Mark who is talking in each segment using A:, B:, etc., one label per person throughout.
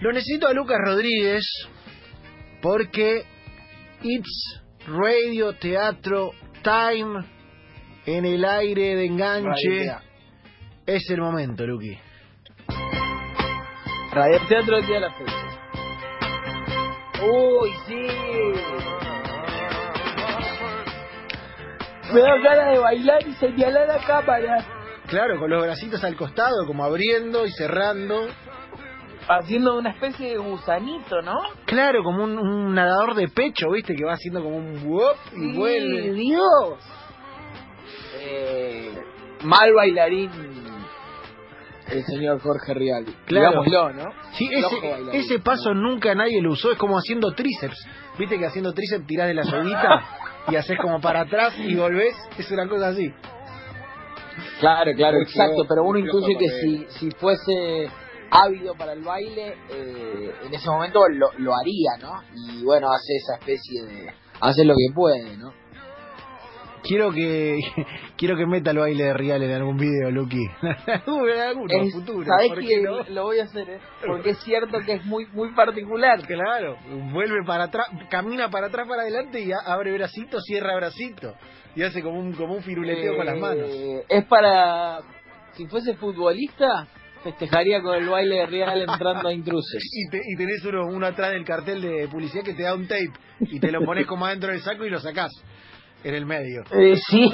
A: Lo necesito a Lucas Rodríguez porque It's Radio Teatro Time en el aire de enganche.
B: Radio
A: Es el momento, Luqui.
B: Radio Teatro del día de la fecha. Uy, sí. Me da ganas de bailar y señalar a cámara,
A: Claro, con los bracitos al costado, como abriendo y cerrando.
B: haciendo una especie de gusanito, ¿no?
A: Claro, como un, un nadador de pecho, ¿viste? Que va haciendo como un wop y
B: Sí,
A: vuelve.
B: Dios. Eh, mal bailarín el señor Jorge Rial.
A: Claro.
B: Digámoslo, ¿no?
A: Sí,
B: Flojo
A: ese,
B: bailarín.
A: ese paso nunca nadie lo usó, es como haciendo tríceps. ¿Viste que haciendo tríceps tirás de la soguita y haces como para atrás y volvés? Es una cosa así.
B: Claro, claro,
A: Muy
B: exacto.
A: flojo,
B: Pero uno
A: muy
B: intuye
A: flojo
B: que si,
A: papel.
B: si fuese ávido para el baile, eh, en ese momento lo, lo haría, ¿no? Y bueno, hace esa especie de... Hace lo que puede, ¿no?
A: Quiero que quiero que meta el baile de Rial en algún video, Lucky. en alguno,
B: Es-
A: futuro.
B: Sabés
A: ¿por
B: que
A: qué no?
B: lo voy a hacer, ¿eh? Porque es cierto que es muy muy particular.
A: Claro, vuelve para atrás, camina para atrás, para adelante y a- abre bracito, cierra bracito. Y hace como un, como un firuleteo con las manos.
B: Eh, Es para... Si fuese futbolista, festejaría con el baile de Real entrando a intrusos.
A: Y, te- y tenés uno, uno atrás del cartel de publicidad que te da un tape y te lo pones como adentro del saco y lo sacás en el medio.
B: Eh, sí,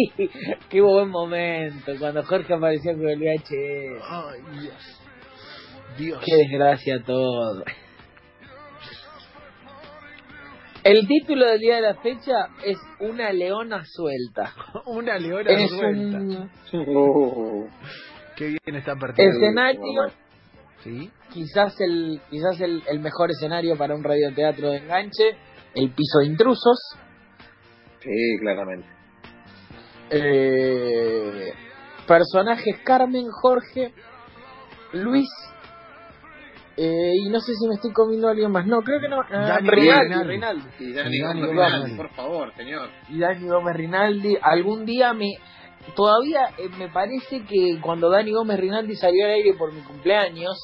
B: qué buen momento cuando Jorge apareció con el VHS.
A: Ay, Dios. Dios.
B: Qué desgracia todo. El título del día de la fecha es Una leona suelta.
A: Una leona
B: Es
A: suelta.
B: un
C: Oh,
A: Qué bien está partido.
B: escenario,
A: Sí.
B: quizás el quizás el, el mejor escenario para un radioteatro de enganche, el piso de intrusos.
C: Sí, claramente.
B: Eh, personajes Carmen, Jorge, Luis. eh, y no sé si me estoy comiendo a alguien más. No, creo que no. Ah,
A: Dani
B: Rinaldi,
A: Rinaldi.
B: Rinaldi.
C: Y
A: Dani
C: Dani, Gómez
A: Gómez.
C: Fernández, por favor, señor.
B: y Dani Gómez Rinaldi. Algún día me. Todavía eh, me parece que cuando Dani Gómez Rinaldi salió al aire por mi cumpleaños,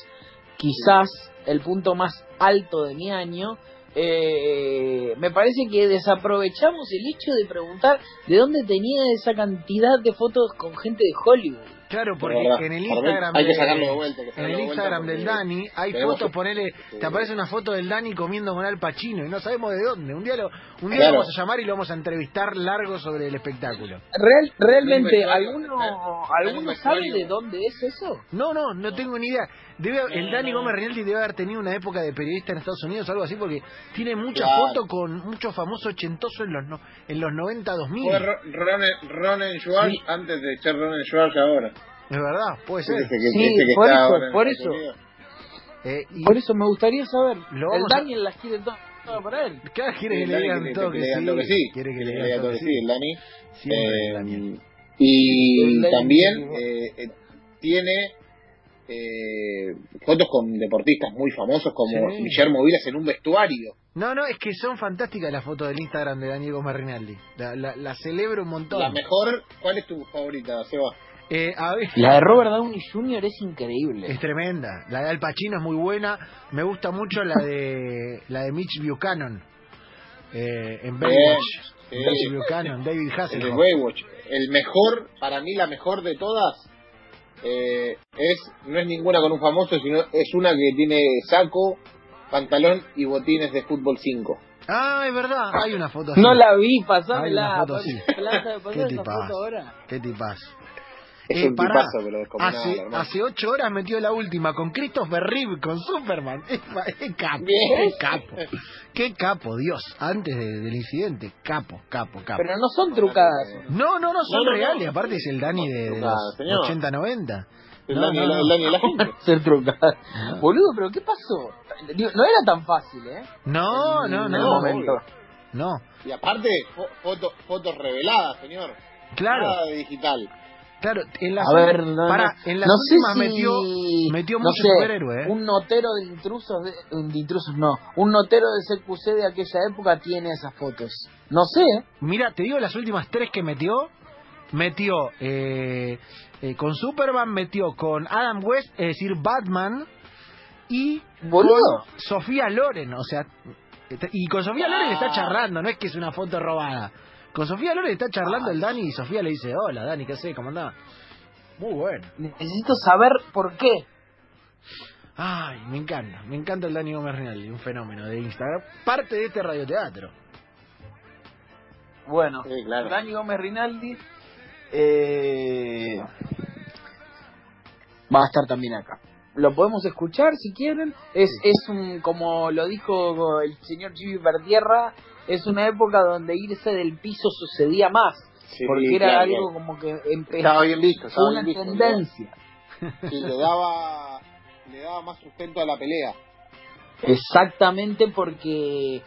B: quizás el punto más alto de mi año, eh, me parece que desaprovechamos el hecho de preguntar de dónde tenía esa cantidad de fotos con gente de Hollywood.
A: Claro, porque
C: Pero, verdad,
A: en el
C: para
A: Instagram.
C: mí Hay que
A: de-
C: sacarlo de vuelta. hay que
A: En
C: sacarlo
A: el
C: de vuelta
A: Instagram del
C: porque-
A: Dani hay
C: tenemos
A: fotos,
C: que-
A: ponele, te
C: Sí.
A: aparece una foto del Dani comiendo con Al Pacino y no sabemos de dónde. Un día lo, un día
C: Claro.
A: lo vamos a llamar y lo vamos a entrevistar largo sobre el espectáculo.
B: Real- realmente,
C: Un vestuario,
B: ¿alguno,
C: eh, un
B: ¿alguno sabe
C: vestuario.
B: de dónde es eso?
A: No, no, no tengo ni idea. Debe, el Dani Gómez Rinaldi debe haber tenido una época de periodista en Estados Unidos o algo así porque tiene mucha
C: Claro.
A: foto con muchos famosos ochentosos en los no- en los 90 2000.
C: Fue Ro- Ronen, Ronen Schwartz
B: Sí.
C: antes de ser Ronen Schwartz ahora.
A: Es verdad, puede
C: Ese
A: ser.
C: que-
B: Sí,
C: ese que
B: por
C: está
B: eso,
C: ahora en
B: por
C: Estados
B: eso.
C: Unidos.
A: Eh, y
B: Por eso me gustaría saber.
A: Lo
B: El
A: vamos a-
B: Daniel las quiere todo para él.
A: claro, quiere que
C: Sí,
A: le
C: Dani
A: digan
C: quiere-
A: todo
C: que
A: que
C: le digan
A: sí,
C: todo que sí.
A: Quiere que le
C: Que le diga
A: digan todo que sí.
C: el Dani.
A: Siempre el
C: Eh,
A: Dani.
B: El
C: y
B: Dani.
C: también eh, eh, tiene eh, fotos con deportistas muy famosos como
A: Sí.
C: Guillermo Vilas en un vestuario.
A: No, no, es que son fantásticas las fotos del Instagram de Daniel Gómez Rinaldi. La, la- la celebro un montón.
C: La mejor, ¿cuál es tu favorita, Seba?
A: Eh, a ver-
B: La de Robert Downey Jr. es increíble.
A: es tremenda. La de Al Pacino es muy buena. Me gusta mucho la de la de Mitch Buchanan. Eh, en Baywatch.
C: Eh, Sí.
A: Mitch Buchanan, David
C: El de
A: Hasselhoff.
C: Baywatch. El mejor, para mí la mejor de todas, eh, es no es ninguna con un famoso, sino es una que tiene saco, pantalón y botines de fútbol 5.
A: Ah, es verdad. Hay una foto así.
B: No la vi,
A: Hay una
B: pasámela.
A: foto así.
B: Plaza, pasá
A: Qué
B: esa
A: tipazo.
B: foto ahora.
A: Qué tipazo.
C: Es
A: Eh,
C: un
A: pará.
C: tipazo, pero descomunal,
A: Hace,
C: hermano.
A: hace ocho horas metió la última con Christopher Reeve, con Superman. Es, ma- es capo,
C: Bien.
A: es capo. Qué capo, Dios. Antes de- del incidente, capo, capo, capo.
B: Pero no son trucadas.
A: No, no, no, son
C: No, no, no.
A: reales. Aparte es el Dani de, de
C: Claro,
A: los
C: señor.
A: 80, 90.
C: El
A: No,
C: Dani-
A: no, no.
C: el Dani de la gente.
B: Ser trucadas. Boludo, pero ¿qué pasó? Digo, No era tan fácil, ¿eh?
A: No, no,
B: En el
A: no.
C: momento.
A: No.
C: Y aparte, fo- foto- fotos reveladas, señor.
A: Claro,
C: Nada de digital.
A: claro. En las,
B: Ah. A ver, no,
A: pará,
B: no.
A: en las
B: No sé
A: últimas
B: si-
A: metió, metió
B: no
A: mucho
B: sé,
A: superhéroe. ¿eh?
B: Un notero de intrusos, de, de intrusos no, un notero de CQC de aquella época tiene esas fotos. No sé, ¿eh?
A: Mira, te digo las últimas tres que metió. Metió eh, eh, con Superman, metió con Adam West, es decir, Batman, y
B: Boludo.
A: con Sofía Loren, o sea, está- y con Sofía Loren
B: Ah.
A: está charlando, no es que es una foto robada. Con Sofía Loren está charlando
B: Ah.
A: el Dani y Sofía le dice, hola Dani, ¿qué haces? ¿Cómo andás? Muy bueno.
B: Necesito saber por qué.
A: Ay, me encanta, me encanta el Dani Gómez Rinaldi, un fenómeno de Instagram, parte de este radioteatro.
B: Bueno,
C: Sí, claro.
B: Dani Gómez Rinaldi eh, va a estar también acá. Lo podemos escuchar si quieren. Es, es un, como lo dijo el señor Jimmy Verdierra, es una época donde irse del piso sucedía más.
C: Sí,
B: porque era
C: claro,
B: algo
C: claro.
B: como que
C: Estaba
B: empezó
C: bien visto, estaba
B: una
C: bien visto.
B: tendencia.
C: Sí, le daba, le daba más sustento a la pelea.
B: Exactamente porque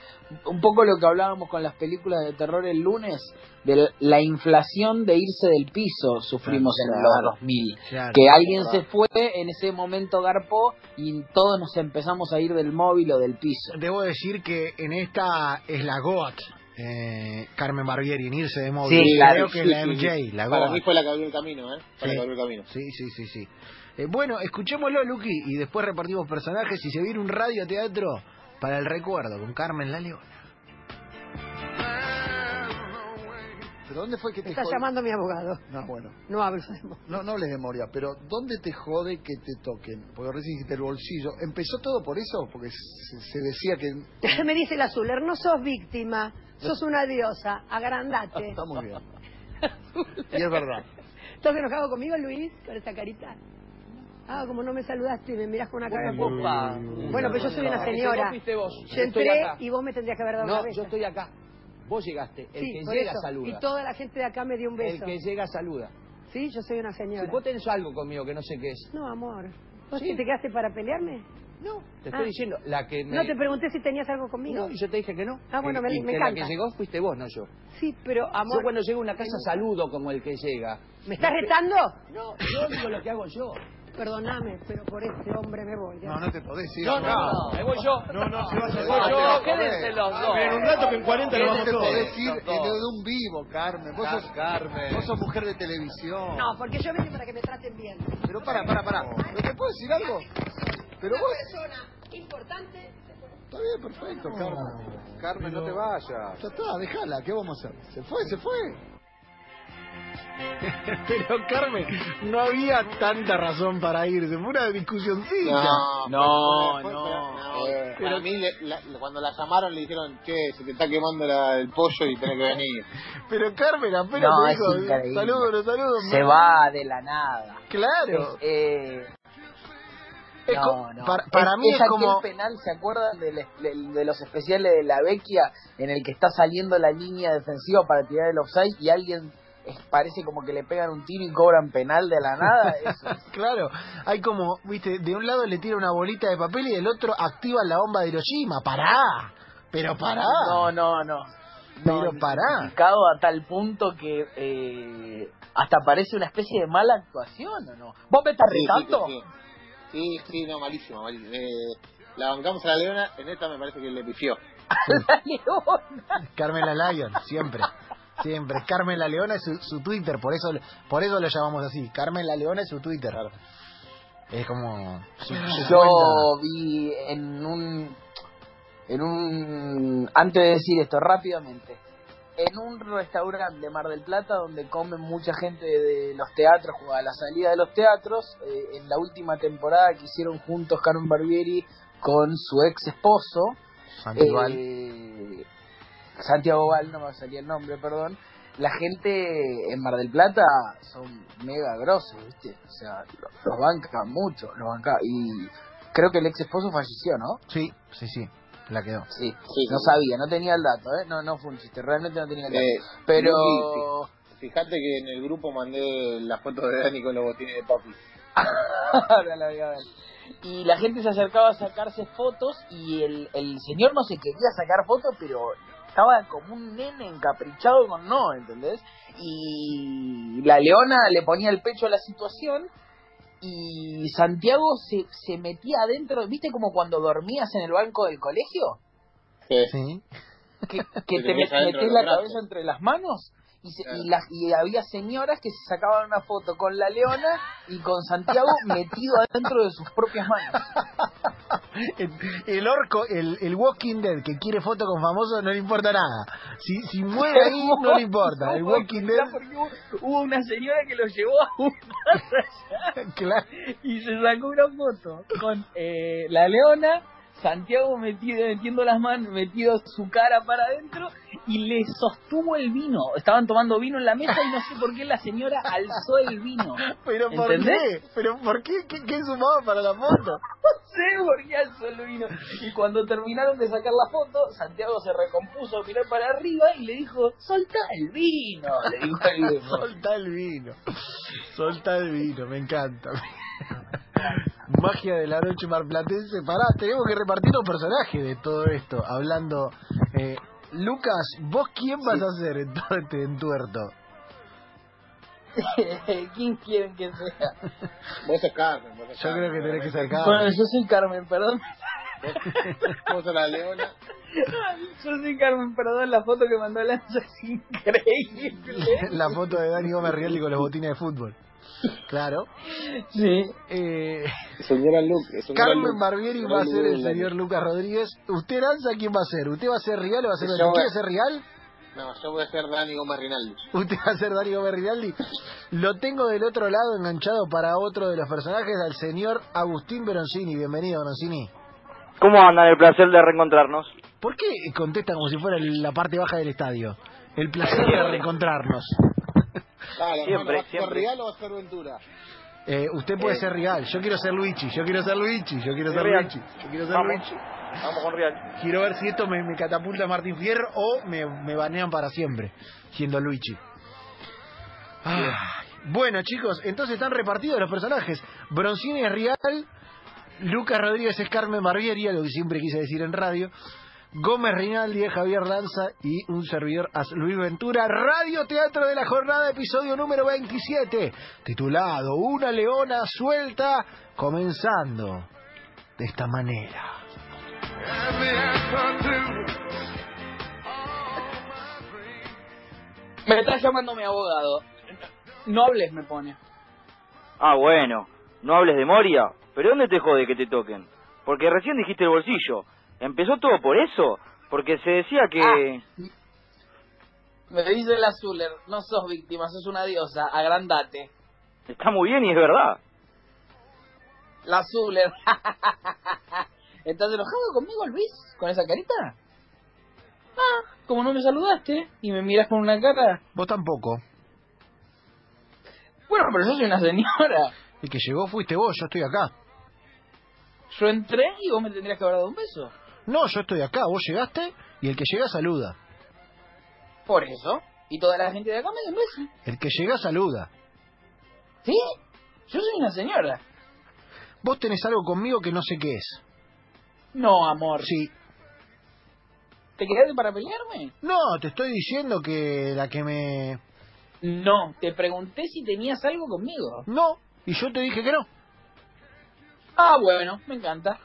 B: un poco lo que hablábamos con las películas de terror el lunes, de la- la inflación de irse del piso sufrimos en
C: Claro.
B: los 2000.
A: Claro.
B: Que alguien se
C: Claro.
B: fue, en ese momento garpó y todos nos empezamos a ir del móvil o del piso.
A: Debo decir que en esta es la GOAT, eh, Carmen Barbieri, en irse de móvil.
B: Sí,
A: Creo
B: claro,
A: que
C: sí,
A: es la
C: sí,
A: MJ, la
C: Para
A: GOAT.
C: mí fue la que abrió el camino, ¿eh? Fue la
A: Sí.
C: que abrió el camino.
A: Sí, sí, sí, sí. Eh, bueno, escuchémoslo, Luqui, y después repartimos personajes y se viene un radioteatro para el recuerdo con Carmen La Leona.
D: ¿Pero dónde fue que te
E: Está
D: jode?
E: llamando mi abogado.
D: No, bueno.
E: No hablemos.
D: No, no hables de memoria, pero ¿dónde te jode que te toquen? Porque recién dijiste el bolsillo. ¿Empezó todo por eso? Porque se, se decía que...
E: Me dice la Zuller, no sos víctima, sos una diosa, agrandate.
D: Está muy bien. Y es verdad.
E: ¿Estás enojado conmigo, Luis, con esa carita? Ah, como no me saludaste y me mirás con una cara de popa. Bueno, pero yo soy una señora. Yo entré y vos me tendrías que haber dado una
F: No,
E: beso.
F: yo estoy acá. Vos llegaste. El
E: Sí,
F: que
E: por
F: llega
E: eso.
F: saluda.
E: Y toda la gente de acá me dio un
F: El
E: beso.
F: que llega saluda.
E: Sí, yo soy una señora.
F: Si vos tenés algo conmigo que no sé qué es.
E: No, amor. ¿Vos
F: Sí.
E: te quedaste para pelearme?
F: No, te
E: Ah.
F: estoy diciendo. La que me...
E: No te pregunté si tenías algo conmigo.
F: No, y yo te dije que no.
E: Ah, bueno, me-
F: Y
E: me
F: que
E: encanta.
F: La que llegó fuiste vos, no yo.
E: Sí, pero amor.
F: Yo cuando llego a una casa saludo como el que llega.
E: ¿Me estás retando?
F: No, yo digo lo que hago yo.
E: Perdóname, pero por este hombre me voy.
D: No, no te podés ir.
F: me voy yo.
D: No, no, se va a
F: Me
D: llevar.
F: voy yo.
D: Ah,
F: Quédense los
D: ah,
F: dos.
D: pero en un rato que en No
F: 40
D: te podés ir en de un vivo, Carmen. Vos sos, vos sos mujer de televisión.
E: No, porque yo vine para que me traten bien.
D: Pero para, para, para. ¿No te puedo decir algo? Pero vos...
E: persona importante.
D: Está bien, perfecto, Carmen.
G: Carmen, no te vayas.
D: Ya está, déjala. ¿Qué vamos a hacer? Se fue, se fue.
A: Pero Carmen, no había tanta razón para irse, fue una discusioncita.
B: No,
C: pero-
B: no.
C: pero- para mí, le- la- cuando la llamaron le dijeron, che, se te está quemando la- el pollo y tenés que venir.
A: Pero Carmen apenas
B: No,
A: te
B: es
A: dijo,
B: increíble.
A: saludos, no saludos.
B: Se
A: no".
B: va de la nada.
A: Claro.
B: Eh,
A: Es
B: no,
A: co-
B: no.
A: Para, para
B: Es-
A: mí
B: es
A: es, como...
B: aquel penal, ¿se acuerdan del es- del- de, los especiales de la Vecchia en el que está saliendo la línea defensiva para tirar el offside y alguien es- parece como que le pegan un tiro y cobran penal de la nada? Eso es.
A: Claro, hay como, viste, de un lado le tira una bolita de papel y del otro activa la bomba de Hiroshima. ¡Pará! Pero pará.
B: No, no, no. No,
A: Pero pará.
B: complicado a tal punto que eh, hasta parece una especie de mala actuación, ¿o no? ¿Vos me estás
C: Sí,
B: retando?
C: Sí, sí, Sí, sí, no, malísimo, malísimo. Eh, la bancamos a la leona, en esta me parece que le pifió.
B: La leona.
A: Carmen la Lion, siempre. Siempre. Carmen la Leona es su, su Twitter, por eso, por eso lo llamamos así. Carmen la Leona es su Twitter. Es como... su- su cuenta.
B: Yo vi en un. En un. Antes de decir esto, rápidamente. En un restaurante de Mar del Plata donde comen mucha gente de los teatros, a la salida de los teatros, eh, en la última temporada que hicieron juntos Carmen Barbieri con su ex esposo,
A: Santival.
B: eh, Santiago Val, no me salía el nombre, perdón. La gente en Mar del Plata son mega grosos, ¿viste? O sea, lo- los banca mucho, los banca. Y creo que el ex esposo falleció, ¿no?
A: Sí, sí, sí. La quedó.
B: Sí,
C: Sí,
B: no
C: sí.
B: sabía, no tenía el dato, ¿eh? No, no fue un chiste, realmente no tenía el dato.
C: Eh,
B: Pero.
C: Luqui, Fíjate que en el grupo mandé la foto de Dani con los botines de papi.
B: Ahora la voy a ver. Y la gente se acercaba a sacarse fotos y el, el señor no se quería sacar fotos, pero estaba como un nene encaprichado con no, ¿entendés? Y la leona le ponía el pecho a la situación y Santiago se, se metía adentro, ¿viste como cuando dormías en el banco del colegio?
C: Sí.
A: Sí.
B: Que, que
C: Te
B: te
C: metías
B: met-
C: adentro
B: metés
C: de los
B: la
C: brazos.
B: cabeza entre las manos y, se- y las- y había señoras que se sacaban una foto con la leona y con Santiago metido adentro de sus propias manos.
A: El, el orco, el, el Walking Dead que quiere foto con famosos no le importa nada. Si, si muere ahí no le importa. El Walking
B: Quizá
A: Dead,
B: porque hubo, hubo una señora que lo llevó a un más allá
A: claro.
B: y se sacó una foto con eh, la leona, Santiago metido, metiendo las manos, metido su cara para adentro y le sostuvo el vino. Estaban tomando vino en la mesa y no sé por qué la señora alzó el vino.
A: Pero ¿por
B: ¿Entendés?
A: qué? ¿Pero por qué? ¿Qué, qué sumaba para la foto?
B: sé por qué alzó el vino. Y cuando terminaron de sacar la foto, Santiago se recompuso, miró para arriba y le dijo, soltá el vino. Le dijo al viejo.
A: Solta el vino. Solta el vino, me encanta. Magia de la noche marplatense. Pará, tenemos que repartir los personajes de todo esto. Hablando. eh, Lucas, ¿vos quién vas a ser en todo este entuerto?
B: ¿Quién quieren que sea?
C: Vos sos Carmen. Vos sos
A: Yo creo que tenés que ser Carmen.
B: Bueno, yo soy Carmen, perdón.
C: Vos sos la leona.
B: Yo soy Carmen, perdón, la foto que mandó Lanza es
C: ¿Eh?
B: increíble.
A: La foto de Dani Gómez Rialdi con los botines de fútbol. Claro.
B: Sí.
A: Eh,
C: Señora Luke. señora
A: Carmen
C: Luke.
A: Barbieri va a ser el señor Lucas Rodríguez. ¿Usted, Lanza, quién va a ser? ¿Usted va a ser Rial o va a ser
C: Yo
A: Dani?
C: voy a-
A: ¿Quiere ser Rial?
C: No, yo voy a ser Dani Gómez Rinaldi.
A: Usted va a ser Darío Berrinaldi. Lo tengo del otro lado enganchado para otro de los personajes, al señor Agustín Beroncini. Bienvenido, Beroncini.
G: ¿Cómo andan? El placer de reencontrarnos.
A: ¿Por qué contesta como si fuera la parte baja del estadio? El placer de reencontrarnos.
C: Dale, hermano,
G: Siempre,
C: ¿vas a ser
G: siempre.
C: Rial o vas a ser Ventura?
A: Eh, usted puede ser Rial. Yo quiero ser Luigi. Yo quiero ser Luigi. Yo quiero ser
G: Real.
A: Luigi. Yo quiero ser
G: Vamos,
A: Luigi.
G: vamos con Real.
A: Quiero ver si esto me, me catapulta a Martín Fierro o me, me banean para siempre, siendo Luigi. Ah, bueno, chicos, entonces están repartidos los personajes. Broncini es Rial, Lucas Rodríguez es Carmen Barbieri, lo que siempre quise decir en radio. Gómez Rinaldi es Javier Lanza y un servidor as- Luis Ventura. Radio Teatro de la Jornada, episodio número 27, titulado Una leona suelta, comenzando de esta manera.
B: Me está llamando mi abogado. No hables, me pone.
G: Ah, bueno. No hables de Moria. ¿Pero dónde te jode que te toquen? Porque recién dijiste el bolsillo. ¿Empezó todo por eso? Porque se decía que...
B: Me dice la Zuller, no sos víctima, sos una diosa, agrandate.
G: Está muy bien y es verdad.
B: La Zuller. ¿Estás enojado conmigo, Luis? ¿Con esa carita? Ah, como no me saludaste y me miras con una cara.
A: Vos tampoco.
B: Bueno, pero yo soy una señora.
A: El que llegó fuiste vos, yo estoy acá.
B: Yo entré y vos me tendrías que haber dado un beso.
A: No, yo estoy acá, vos llegaste y el que llega saluda.
B: Por eso. Y toda la gente de acá me dio un beso.
A: El que llega saluda.
B: ¿Sí? Yo soy una señora.
A: Vos tenés algo conmigo que no sé qué es.
B: No, amor.
A: Sí.
B: ¿Te quedaste para pelearme?
A: No, te estoy diciendo que la que me...
B: No, te pregunté si tenías algo conmigo.
A: No, y yo te dije que no.
B: Ah, bueno, me encanta.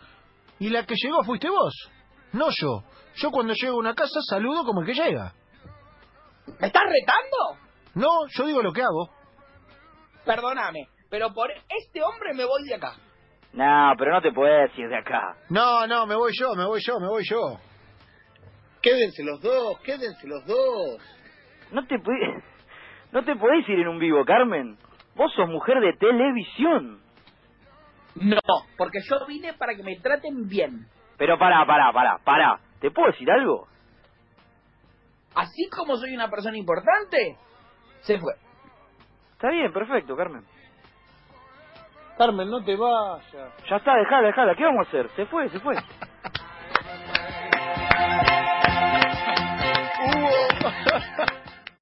A: Y la que llegó fuiste vos. No yo. Yo cuando llego a una casa saludo como el que llega.
B: ¿Me estás retando?
A: No, yo digo lo que hago.
B: Perdóname, pero por este hombre me voy de acá.
G: No, pero no te puedes ir de acá.
A: No, no, me voy yo, me voy yo, me voy yo.
C: Quédense los dos, quédense los dos.
G: No te puedes... No te podés ir en un vivo, Carmen. Vos sos mujer de televisión.
B: No, porque yo vine para que me traten bien.
G: Pero pará, pará, pará, pará. ¿Te puedo decir algo?
B: Así como soy una persona importante, se fue.
G: Está bien, perfecto, Carmen.
C: Carmen, no te vayas.
G: Ya está, dejala, dejala. ¿Qué vamos a hacer? Se fue, se fue.